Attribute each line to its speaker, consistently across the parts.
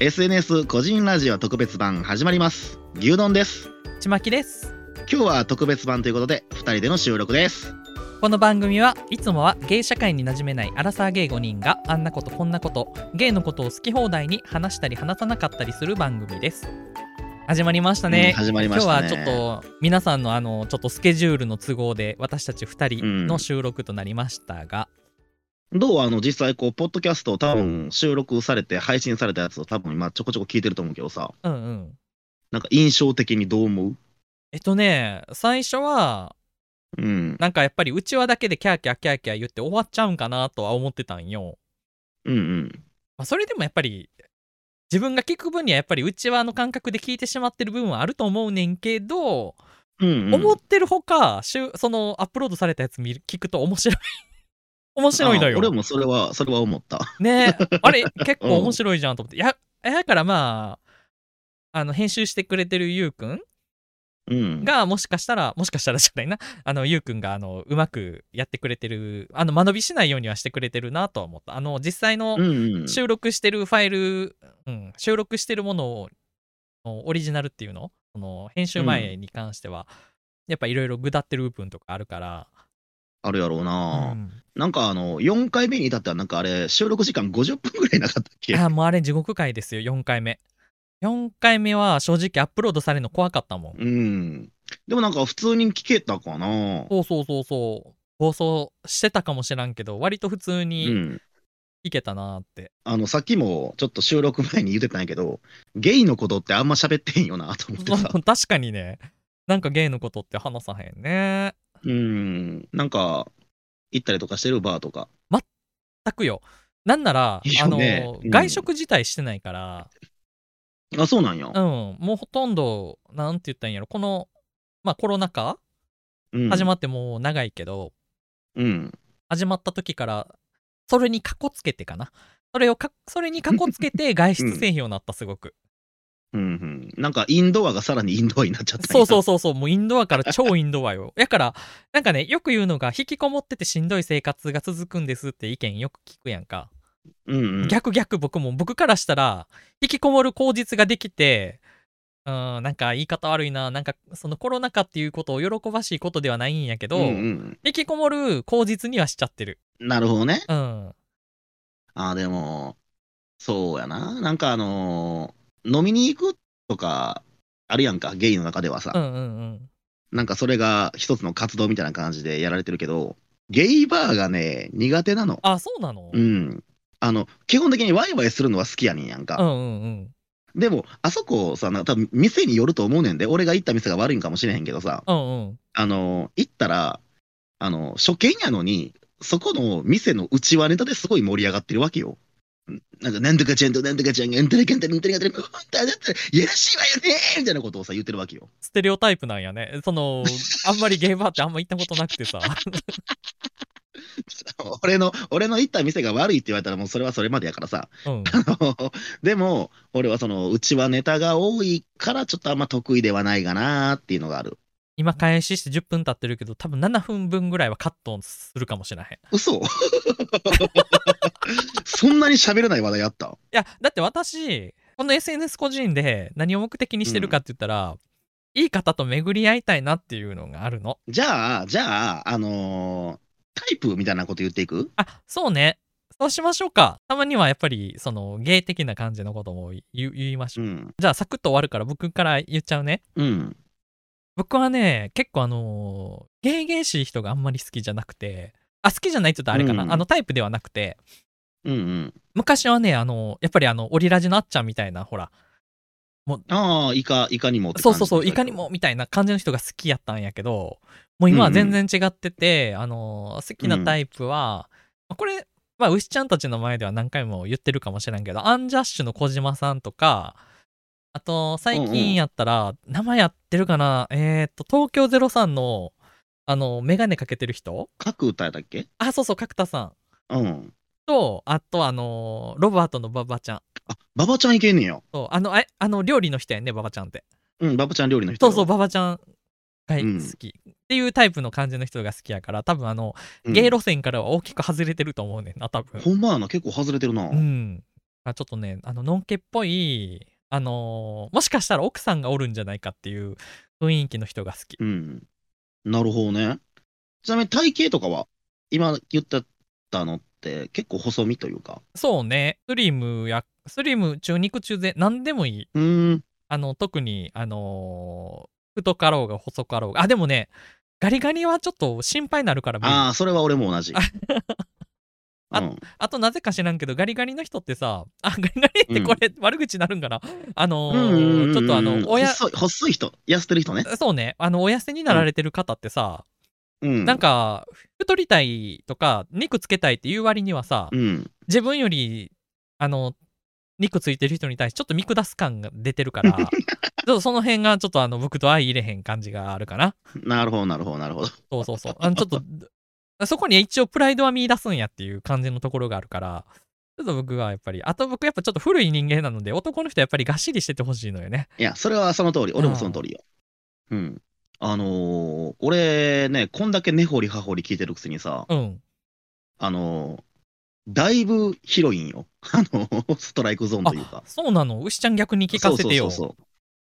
Speaker 1: SNS 個人ラジオ特別版始まります牛丼です
Speaker 2: ちまきです
Speaker 1: 今日は特別版ということで2人での収録です
Speaker 2: この番組はいつもはゲイ社会に馴染めないアラサーゲイ5人があんなことこんなことゲイのことを好き放題に話したり話さなかったりする番組です始まりました
Speaker 1: う
Speaker 2: ね、
Speaker 1: ん始まりましたね
Speaker 2: 今日はちょっと皆さんのあのちょっとスケジュールの都合で私たち2人の収録となりましたが、
Speaker 1: どうあの実際こうポッドキャストを多分収録されて配信されたやつを多分今ちょこちょこ聞いてると思うけどさ
Speaker 2: うん、うんうん
Speaker 1: なんか印象的にどう思う
Speaker 2: えっとね最初は
Speaker 1: うん
Speaker 2: なんかやっぱりうちわだけでキャーキャーキャーキャー言って終わっちゃうんかなとは思ってたんよ、
Speaker 1: うんうん
Speaker 2: まあ、それでもやっぱり自分が聞く分にはやっぱりうちわの感覚で聞いてしまってる部分はあると思うねんけど、
Speaker 1: うんうん
Speaker 2: 思ってるほかしゅそのアップロードされたやつ見る聞くと面白い 面白いの
Speaker 1: あ俺
Speaker 2: よ。
Speaker 1: もそれはそれは思った
Speaker 2: ね あれ結構面白いじゃんと思って、ややからまああの編集してくれてるゆうくん
Speaker 1: うん
Speaker 2: がもしかしたらもしかしたらじゃないなあのゆうくんがあのうまくやってくれてるあの間延びしないようにはしてくれてるなとは思ったあの実際の
Speaker 1: うんうん
Speaker 2: 収録してるファイル、うん、収録してるものをのオリジナルっていうのその編集前に関しては、やっぱいろいろぐだってる部分とかあるから、
Speaker 1: あるやろうな、
Speaker 2: うん
Speaker 1: なんかあの4回目に至ってはなんかあれ収録時間50分ぐらいなかったっけ
Speaker 2: あーもうあれ地獄回ですよ4回目4回目は正直アップロードされるの怖かったもん、
Speaker 1: うん。でもなんか普通に聞けたかな。
Speaker 2: そうそうそうそう放送してたかもしらんけど割と普通
Speaker 1: う
Speaker 2: に
Speaker 1: ん。
Speaker 2: いけたなーって、
Speaker 1: あの、さっきもちょっと収録前に言ってたんやけど、ゲイのことってあんま喋ってへんよなと思 ってさ。
Speaker 2: そう確かにねなんかゲイのことって話さへんね
Speaker 1: うん。なんか、行ったりとかしてるバーとか。
Speaker 2: 全くよなんなら、
Speaker 1: いい
Speaker 2: あ
Speaker 1: よ
Speaker 2: の
Speaker 1: ねうん
Speaker 2: 外食自体してないから
Speaker 1: あ、そうなんや。
Speaker 2: うん、もうほとんど、なんて言ったらいいんやろ、この、まあコロナ禍、
Speaker 1: うん。
Speaker 2: 始まってもう長いけど、
Speaker 1: うん。
Speaker 2: 始まった時から、それにかこつけてかな。それをか、それにかこつ けて外出せんようになった、すごく。
Speaker 1: うんうん。なんかインドアがさらにインドアになっちゃったん
Speaker 2: そ
Speaker 1: や
Speaker 2: うそうそうそう、もうインドアから超インドアよ。 やから、なんかね、よく言うのが、引きこもっててしんどい生活が続くんですって意見よく聞くやんか。
Speaker 1: うんうん。
Speaker 2: 逆逆僕も僕からしたら引きこもる口実ができてうんなんか言い方悪いななんかそのコロナ禍っていうことを喜ばしいことではないんやけど、
Speaker 1: うんうん
Speaker 2: 引きこもる口実にはしちゃってる
Speaker 1: なるほどね。
Speaker 2: うん
Speaker 1: あ、でも、そうやな。なんかあのー飲みに行くとか、あるやんか、ゲイの中ではさ。
Speaker 2: うんうんうん
Speaker 1: なんかそれが一つの活動みたいな感じでやられてるけど、ゲイバーがね、苦手なの。
Speaker 2: あそうなの、
Speaker 1: う
Speaker 2: うん、
Speaker 1: ん。あの、基本的にワイワイするのは好きやねんやん
Speaker 2: う
Speaker 1: か。
Speaker 2: んうん
Speaker 1: でも、あそこさ、なんか多分店によると思うねんで、俺が行った店が悪いんかもしれへんけどさ、
Speaker 2: うんうん
Speaker 1: あの、行ったら、あの、初見やのに、そこの店の内輪ネタですごい盛り上がってるわけよ。んなんか、なんとかちゃんとなんとかちゃんが、うんたらかんたらうんたらかんたら、うんたらかんたら、やらしいわよねーみたいなことをさ、言ってるわけよ。
Speaker 2: ステレオタイプなんやねそのあんまりゲーバーってあんま行ったことなくてさ
Speaker 1: 俺の、俺の行った店が悪いって言われたら、もうそれはそれまでやからさ。
Speaker 2: うん
Speaker 1: でも、俺はその、うちはネタが多いから、ちょっとあんま得意ではないかなっていうのがある。
Speaker 2: 今開始して10分経ってるけど多分7分分ぐらいはカットするかもしれへん
Speaker 1: 嘘 そんなに喋れない話題あった
Speaker 2: いやだって私この SNS 個人で何を目的にしてるかって言ったら、いい方と巡り合いたいなっていうのがあるの
Speaker 1: じゃあ、じゃあ、あのータイプみたいなこと言っていく
Speaker 2: あそうねそうしましょうかたまにはやっぱりその芸的な感じのことも言う言いまし
Speaker 1: う
Speaker 2: ょう、
Speaker 1: ん。
Speaker 2: じゃあサクッと終わるから僕から言っちゃうね
Speaker 1: うん。
Speaker 2: 僕はね結構あのー、ゲーゲーしい人があんまり好きじゃなくてあ好きじゃないって言ったらあれかな、
Speaker 1: うん
Speaker 2: あのタイプではなくて
Speaker 1: うんうん。
Speaker 2: 昔はねあのやっぱりあのオリラジのあっちゃんみたいなほら
Speaker 1: ああ、イカ、イカにもって
Speaker 2: そ
Speaker 1: 感
Speaker 2: う
Speaker 1: じ
Speaker 2: そうそういかにも。みたいな感じの人が好きやったんやけどもう今は全然違ってて、あの好きなタイプは、まあこれ、まあ、牛ちゃんたちの前では何回も言ってるかもしれんけどアンジャッシュの小島さんとかあと最
Speaker 1: うんうん
Speaker 2: 近やったら、名前やってるかなえーっと東京03のあの眼鏡かけてる人
Speaker 1: 各歌やったっけ
Speaker 2: あそうそう角田さん
Speaker 1: うん。
Speaker 2: とあとあのロバートのババちゃん
Speaker 1: あ、ババちゃんいけんねんよ。
Speaker 2: とあのああの料理の人やんねババちゃんって。
Speaker 1: うん、ババちゃん料理の人
Speaker 2: そう
Speaker 1: よ。
Speaker 2: そう、馬場ちゃんが
Speaker 1: うん
Speaker 2: 好き、っていうタイプの感じの人が好きやから、多分あの、
Speaker 1: うん
Speaker 2: 芸路線からは大きく外れてると思うねんな、多分。
Speaker 1: ほんまやな、結構外れてるな。
Speaker 2: うん。あちょっとね、あの、のんけっぽい、あのーもしかしたら奥さんがおるんじゃないかっていう雰囲気の人が好き。
Speaker 1: うん。なるほどね。ちなみに体型とかは、今言ってたのって結構細身というか。
Speaker 2: そうね、スリムや、スリム、中肉中背、何でもいい。
Speaker 1: うーん。
Speaker 2: あの、特に、あのー太かろうが細かろうが。あ、でもね、ガリガリはちょっと心配になるから無理
Speaker 1: ああ、それは俺も同じ。
Speaker 2: あ
Speaker 1: うん、
Speaker 2: あとなぜか知らんけどガリガリの人ってさあガリガリってこれ悪口になるんかな、あの
Speaker 1: うんうんうんう
Speaker 2: ー
Speaker 1: ん
Speaker 2: ちょっとあの親
Speaker 1: 細い細い人、痩せてる人ね。
Speaker 2: そうねあのお痩せになられてる方ってさ、
Speaker 1: うん。
Speaker 2: なんか太りたいとか肉つけたいっていう割にはさ、
Speaker 1: うん。
Speaker 2: 自分よりあの肉ついてる人に対してちょっと見下す感が出てるから ちょっとその辺がちょっとあの僕と相入れへん感じがあるかな
Speaker 1: なるほど、なるほど、なるほど。
Speaker 2: そうそうそうあのちょっとそこに一応プライドは見出すんやっていう感じのところがあるからちょっと僕はやっぱりあと僕やっぱちょっと古い人間なので男の人やっぱりがっしりしててほしいのよね
Speaker 1: いや、それはその通り。俺もその通りよ。うん。あのー俺ね、こんだけ根掘り葉掘り聞いてるくせにさ、
Speaker 2: うん
Speaker 1: あのーだいぶ広いんよ。 あのーストライクゾーンというか。
Speaker 2: そうなの牛ちゃん逆に聞かせてよ
Speaker 1: そうそうそうそう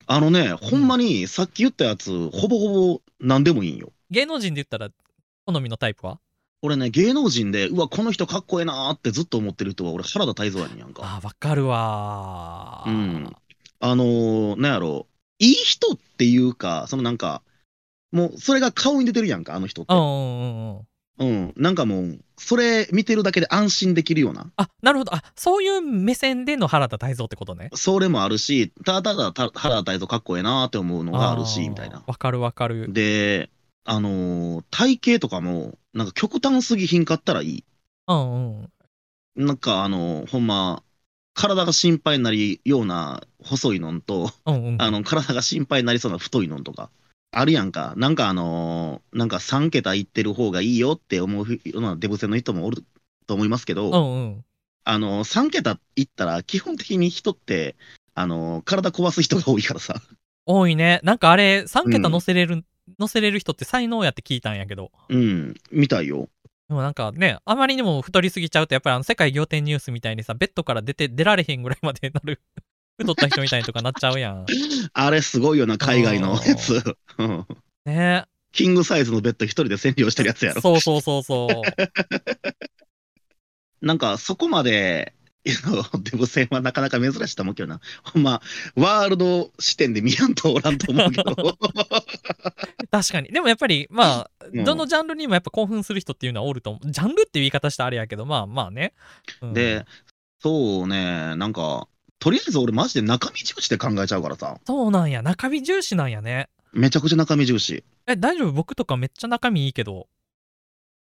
Speaker 1: あのね、ほんまにさっき言ったやつ、ほぼほぼ何でもいいんよ。
Speaker 2: 芸能人で言ったら好みのタイプは
Speaker 1: 俺ね、芸能人で、うわ、この人かっこええなーってずっと思ってる人は、俺、原田泰造やねんやんか。
Speaker 2: あーわかるわー
Speaker 1: うんあのー、なんやろいい人っていうか、そのなんか、もうそれが顔に出てるやんか、あの人って
Speaker 2: う。んうんうんうん
Speaker 1: うん、なんかもう、それ見てるだけで安心できるような、
Speaker 2: あなるほどあそういう目線での原田泰造ってことね
Speaker 1: それもあるし、ただただた原田泰造かっこええなーって思うのがあるし、
Speaker 2: ー
Speaker 1: みたいな。
Speaker 2: わかるわかる
Speaker 1: で、あのー体型とかも、なんか極端すぎひんかったらいい。
Speaker 2: うんうん
Speaker 1: なんかあのーほんま、体が心配になるような細いのん と、
Speaker 2: うんうん
Speaker 1: あの、体が心配になりそうな太いのんとか。あるやんか。なんかあのーなんか3桁いってる方がいいよって思うようなデブ戦の人もおると思いますけど、
Speaker 2: うんうん
Speaker 1: あの、3桁いったら、基本的に人って、あの、体壊す人が多いから さ。
Speaker 2: 多いねなんかあれ3桁
Speaker 1: うん
Speaker 2: 乗せれる、乗せれる人って才能やって聞いたんやけど
Speaker 1: うん、みたいよ。
Speaker 2: でもなんかねあまりにも太りすぎちゃうとやっぱりあの世界仰天ニュースみたいにさベッドから出て出られへんぐらいまでなる 太った人みたいにとかなっちゃうやん
Speaker 1: あれすごいよな、海外のやつ。うん
Speaker 2: ね
Speaker 1: キングサイズのベッド一人で占領してるやつやろ。
Speaker 2: そうそうそうそう
Speaker 1: なんか、そこまで、いやデブ戦はなかなか珍しいと思うけどな。 ほんま、ワールド視点で見やんとおらんと思うけ ど。
Speaker 2: 確かにでもやっぱりまあ
Speaker 1: うん
Speaker 2: どのジャンルにもやっぱ興奮する人っていうのはおると思うジャンルっていう言い方したらあれやけどまあまあね、うん
Speaker 1: で、そうね、なんか、とりあえず俺マジで中身重視で考えちゃうからさ。
Speaker 2: そうなんや中身重視なんやね
Speaker 1: めちゃくちゃ中身重視。
Speaker 2: え大丈夫僕とかめっちゃ中身いいけど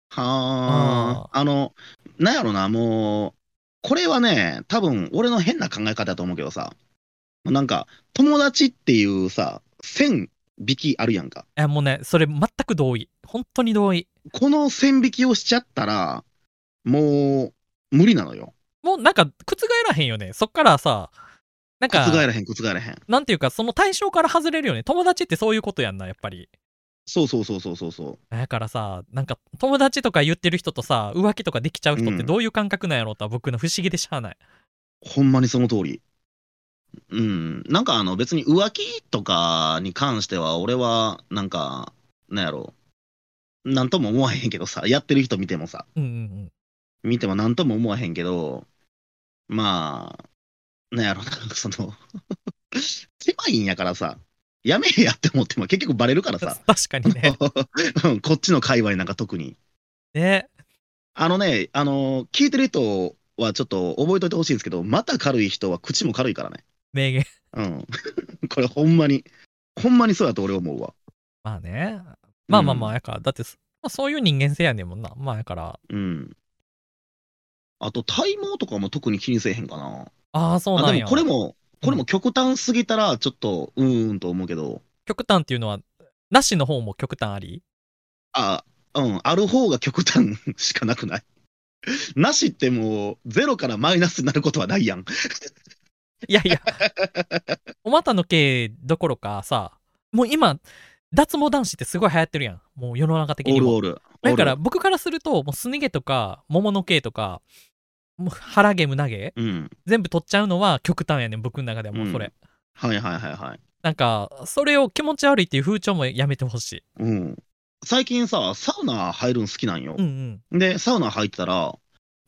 Speaker 1: はあ。あの、なんやろな、もう、これはね、多分俺の変な考え方だと思うけどさ、なんか、友達っていうさ、線引きあるやんか。
Speaker 2: えもうねそれ全く同意本当に同意
Speaker 1: この線引きをしちゃったら、もう、無理なのよ。
Speaker 2: もうなんか覆らへんよね。そっからさ、なん
Speaker 1: 覆
Speaker 2: か、
Speaker 1: らへん、覆らへん。
Speaker 2: なんていうか、その対象から外れるよね。友達ってそういうことやんな、やっぱり。
Speaker 1: そうそうそうそうそうそ
Speaker 2: だからさ、なんか友達とか言ってる人とさ、浮気とかできちゃう人っ
Speaker 1: う
Speaker 2: て
Speaker 1: ん
Speaker 2: どういう感覚なんやろうとは僕の不思議でしゃあない。
Speaker 1: う。ほんまにその通り。うん。なんかあの、別に浮気とかに関しては、俺は、なんか、なんやろなんとも思わへんけどさ、やってる人見てもさ、
Speaker 2: うんうん
Speaker 1: 見ても何とも思わへんけど、まあ、なんやろな、その、 狭いんやからさ、やめへやって思っても結局バレるから
Speaker 2: うん。
Speaker 1: さ、
Speaker 2: 確かにね。
Speaker 1: うんこっちの界隈なんか特に。
Speaker 2: ね。
Speaker 1: あのね、あの、聞いてる人はちょっと覚えといてほしいんですけど、また軽い人は口も軽いからね。
Speaker 2: 名言。
Speaker 1: うん。 これほんまに、ほんまにそうだと俺思うわ。
Speaker 2: まあね。まあまあま
Speaker 1: う
Speaker 2: あ、
Speaker 1: ん
Speaker 2: やから、だってそ、まあ、そういう人間性やねんもんな。まあやから、
Speaker 1: うん。あと、体毛とかも特に気にせえへんかな。
Speaker 2: ああ、そう
Speaker 1: あ
Speaker 2: なん
Speaker 1: で
Speaker 2: や。
Speaker 1: もこれも、これも極端すぎたら、ちょっと、うーんと思うけど、
Speaker 2: 極端っていうのは、なしの方も極端あり
Speaker 1: あ、うん、ある方が極端 しかなくない。なしってもう、ゼロからマイナスになることはないやん。
Speaker 2: いやいや、お股の毛どころかさ、もう今、脱毛男子ってすごい流行ってるやん。もう世の中的
Speaker 1: オー
Speaker 2: に
Speaker 1: ルオ
Speaker 2: も。
Speaker 1: ール。
Speaker 2: だから
Speaker 1: おる、
Speaker 2: 僕からすると、もうすね毛とか、桃の毛とか、もう腹毛胸毛
Speaker 1: うん。
Speaker 2: 全部取っちゃうのは極端やねん僕の中ではもうそれ、
Speaker 1: うんはいはいはいはい。
Speaker 2: なんかそれを気持ち悪いっていう風潮もやめてほしい
Speaker 1: うん。最近さ、サウナ入るの好きなんよ
Speaker 2: うんう。ん
Speaker 1: で、サウナ入ったら、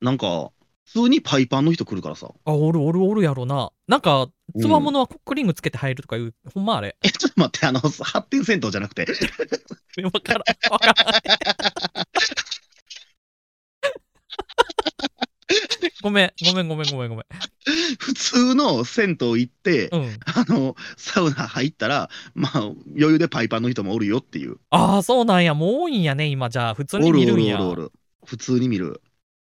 Speaker 1: なんか、普通にパイパンの人来るからさ。
Speaker 2: あおるおるおるやろななんか
Speaker 1: うん
Speaker 2: つわものはコックリングつけて入るとかいう、ほんまあれ
Speaker 1: え、ちょっと待って、あの、発展戦闘じゃなくて、
Speaker 2: わからんわからんごめんごめんごめんごめんごめん
Speaker 1: 普通の銭湯行って、
Speaker 2: うん
Speaker 1: あの、サウナ入ったら、まあ、余裕でパイパンの人もおるよっていう。
Speaker 2: ああそうなんやもう多いんやね今じゃあ普通に
Speaker 1: おる
Speaker 2: 見
Speaker 1: お
Speaker 2: るん
Speaker 1: るお
Speaker 2: や
Speaker 1: るおる。普通に見る。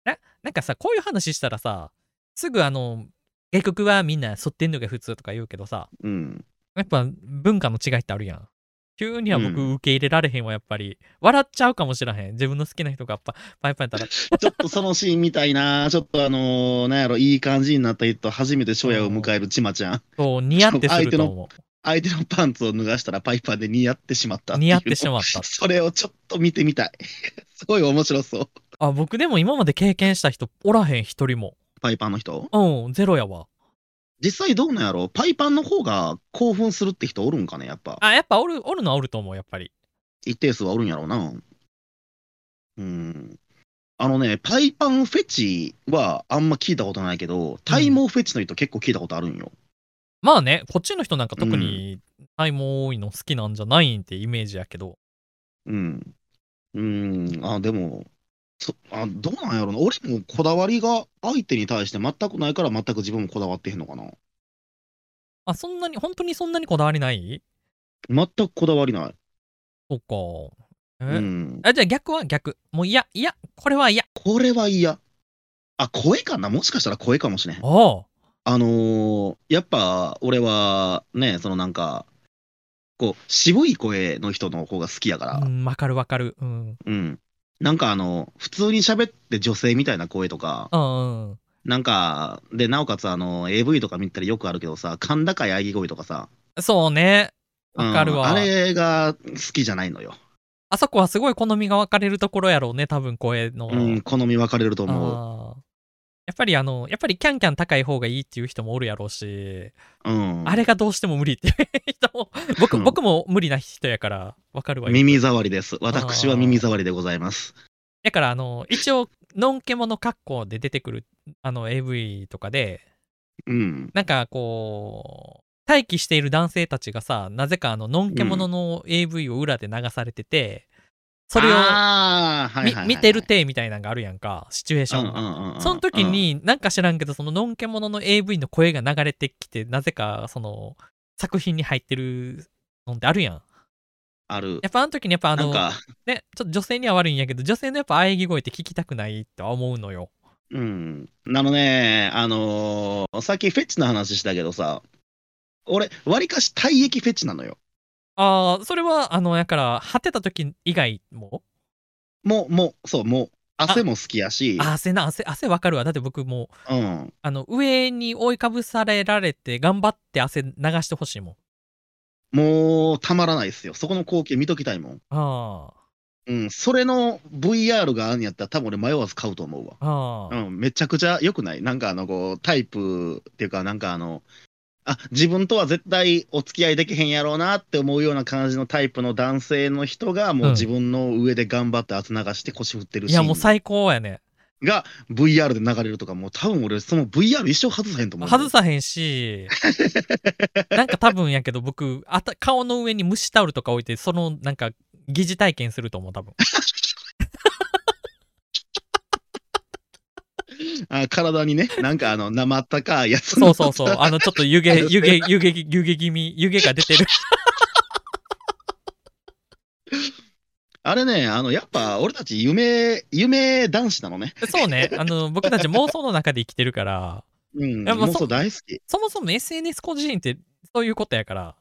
Speaker 2: なんかさこういう話したらさすぐあの外国はみんな剃ってんのが普通とか言うけどさ
Speaker 1: うん。
Speaker 2: やっぱ文化の違いってあるやん急には僕
Speaker 1: うん
Speaker 2: 受け入れられへんわやっぱり、笑っちゃうかもしらへん自分の好きな人がパパイパイやったら
Speaker 1: ちょっとそのシーンみたいな、ちょっとあのなんやろ、いい感じになった人、初めて初夜を迎えるちまちゃん。
Speaker 2: そう似合ってすると思
Speaker 1: 相手のパンツを脱がしたらパイパンで似合ってしまった
Speaker 2: う
Speaker 1: っていう。
Speaker 2: 似合ってしまった
Speaker 1: それをちょっと見てみたい。 すごい面白そう。
Speaker 2: あ僕でも今まで経験した人おらへん一人も
Speaker 1: パイパンの人
Speaker 2: うんゼロやわ
Speaker 1: 実際どうなんやろパイパンの方が興奮するって人おるんかねやっぱ。
Speaker 2: あやっぱおるおるのはおると思うやっぱり
Speaker 1: 一定数はおるんやろうな。うん。あのね、パイパンフェチはあんま聞いたことないけど、体毛フェチの人結構聞いたことあるんよ。
Speaker 2: まあねこっちの人なんか特に体毛多いの好きなんじゃないんってイメージやけど
Speaker 1: うん。うん。あ、でも、そあどうなんやろな。俺もこだわりが相手に対して全くないから全く自分もこだわってへんのかな。
Speaker 2: あそんなに本当にそんなにこだわりない
Speaker 1: 全くこだわりない。
Speaker 2: そっか
Speaker 1: う
Speaker 2: え、
Speaker 1: ん。
Speaker 2: あじゃあ逆は逆もういやいやこれは嫌
Speaker 1: これは嫌。あ、声かなもしかしたら声かもしれん。
Speaker 2: ああ
Speaker 1: あのーやっぱ俺はね、そのなんか、こう、渋い声の人の方が好きやから、
Speaker 2: うん、わかるわかる。うん。
Speaker 1: うん。なんかあの、普通に喋って女性みたいな声とか、
Speaker 2: うんうん。
Speaker 1: なんか、で、なおかつあの、AV とか見たらよくあるけどさ、甲高い喘ぎ声とかさ、
Speaker 2: そうね。わかるわ。
Speaker 1: うんあ
Speaker 2: あ
Speaker 1: れが好きじゃないのよ。
Speaker 2: そこはすごい好みが分かれるところやろうね、多分声の。
Speaker 1: うん、好み分かれると思う。
Speaker 2: あーやっぱりあの、やっぱりキャンキャン高い方がいいっていう人もおるやろうし、
Speaker 1: うん。
Speaker 2: あれがどうしても無理っていう人 も、僕
Speaker 1: うん
Speaker 2: 僕も無理な人やから、わかるわ。
Speaker 1: 耳障りです。私は耳障りでございます。
Speaker 2: だからあの、一応、のんけもの格好で出てくる、あの、AV とかで、
Speaker 1: うん。
Speaker 2: なんかこう、待機している男性たちがさ、なぜかあの、のんけものの AV を裏で流されてて、それを
Speaker 1: あーはいはいは
Speaker 2: み
Speaker 1: いはい
Speaker 2: 見てる体みたいなのがあるやんか、シチュエーションが。その時、に、なんか知らんけど、そののんけものの AV の声が流れてきて、なぜかその作品に入ってるのってあるやん。
Speaker 1: ある
Speaker 2: やっぱあの時にやっぱあ
Speaker 1: なん
Speaker 2: の、
Speaker 1: か、
Speaker 2: ね、ちょっと女性には悪いんやけど、女性のやっぱ喘ぎ声って聞きたくないとは思うのよ。
Speaker 1: うん。あのね、あのーさっきフェチの話したけどさ、俺、わりかし体液フェチなのよ。
Speaker 2: ああ、それは、あの、やから、果てた時以外も、
Speaker 1: もう、もう、そう、もう、汗も好きやし、
Speaker 2: あ汗な、汗、汗わかるわ。だって僕もう、
Speaker 1: うん。
Speaker 2: あの、上に覆いかぶされられて、頑張って汗流してほしいもん。
Speaker 1: もう、たまらないですよ。そこの光景見ときたいもん。
Speaker 2: あ
Speaker 1: うん。それの VR があるんやったら、多分俺迷わず買うと思うわ。
Speaker 2: あ、ああ、
Speaker 1: うん、めちゃくちゃ良くないなんかあの、こう、タイプっていうか、なんかあの、あ、自分とは絶対お付き合いできへんやろうなって思うような感じのタイプの男性の人が、もう
Speaker 2: うん
Speaker 1: 自分の上で頑張って汗流して腰振ってる
Speaker 2: い
Speaker 1: シ
Speaker 2: や、も
Speaker 1: ー
Speaker 2: う
Speaker 1: ン
Speaker 2: 最高やね。
Speaker 1: が VR で流れるとか、もう多分俺、その VR 一生外さへんと思う。
Speaker 2: 外さへんし、 なんか多分やけど、僕、あた顔の上に蒸しタオルとか置いて、その、なんか、疑似体験すると思う、多分。
Speaker 1: あ体に ね、なんかあの、生ったかいやつ
Speaker 2: そうそうそう。あの、ちょっと湯気、
Speaker 1: ある
Speaker 2: 湯気、湯気、湯気気味、湯気が出てる。
Speaker 1: あれね、あの、やっぱ俺たち夢、夢男子なのね。
Speaker 2: そうね。あの、僕たち妄想の中で生きてるから、
Speaker 1: うん。
Speaker 2: やっぱ
Speaker 1: もう
Speaker 2: そ
Speaker 1: そう大好き。
Speaker 2: そもそも SNS 個人ってそういうことやから。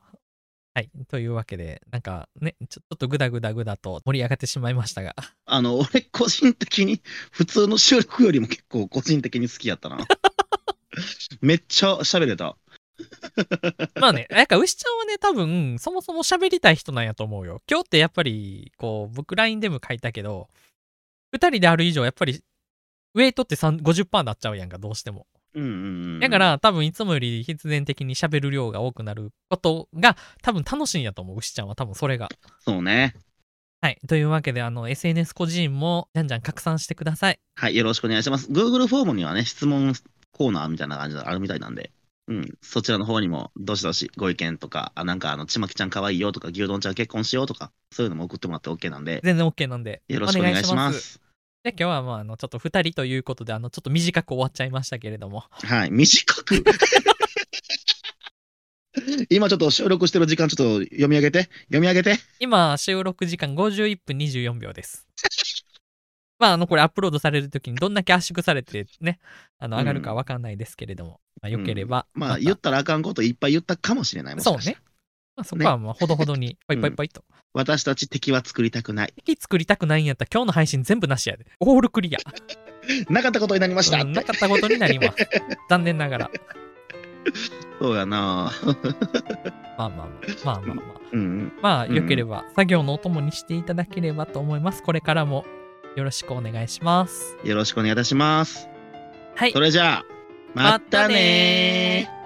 Speaker 2: はい。というわけで、なんかね、ちょちょっとグダグダグダと盛り上がってしまいましたが。
Speaker 1: あの、 俺個人的に、普通の収録よりも結構個人的に好きやった な。めっちゃ喋れた。
Speaker 2: まあね、 なんか牛ちゃんはね、多分、そもそも喋りたい人なんやと思うよ。今日ってやっぱり、こう、僕 LINE でも書いたけど、二人である以上、やっぱり、ウェイトって3 50%になっちゃうやんか、どうしても。
Speaker 1: うんうんうん
Speaker 2: だか、ら、多分いつもより必然的に喋る量が多くなることが、多分楽しいんやと思う、牛ちゃんは。多分それが。
Speaker 1: そうね。
Speaker 2: はい。というわけで、あの、SNS 個人も、じゃんじゃん拡散してください。
Speaker 1: はい、よろしくお願いします。Google フォームにはね、質問コーナーみたいな感じがあるみたいなんで、うん、そちらの方にも、どしどしご意見とか、あなんか、あの、ちまきちゃん可愛いよとか、牛丼ちゃん結婚しようとか、そういうのも送ってもらって OK なんで、
Speaker 2: 全然 OK なんで。
Speaker 1: よろしくお願いし
Speaker 2: お願
Speaker 1: ま。
Speaker 2: いしますで、今日は、まあ、あの、ちょっと2人ということで、あの、ちょっと短く終わっちゃいましたけれども。
Speaker 1: はい、短く。今ちょっと収録してる時間ちょっと読み上げて、読み上げて。
Speaker 2: 今、収録時間51分24秒です。 まあ、あの、これアップロードされるときにどんだけ圧縮されてね、あの、上がるかわかんないですけれども、まあ、よければ。
Speaker 1: まあ、
Speaker 2: た
Speaker 1: 言ったらあかんこといっぱい言ったかもしれない。もし
Speaker 2: そう
Speaker 1: かして
Speaker 2: ね。。まあ、そこはまあ、ほどほどに、ぽいぽいぽいと。
Speaker 1: 私たち敵は作りたくない。
Speaker 2: 敵作りたくないんやったら今日の配信全部なしやで。オール クリア。
Speaker 1: なかったことになりました。
Speaker 2: うんなかったことにな ります。残念ながら。
Speaker 1: そうやな。
Speaker 2: まあまあまあまあまあまあ。
Speaker 1: うんうん。
Speaker 2: まあ、
Speaker 1: うん
Speaker 2: よければ作業のお供にしていただければと思います。これからもよろしくお願いします。
Speaker 1: よろしくお願いいたします。
Speaker 2: はい
Speaker 1: そ。れじゃあ、またねー。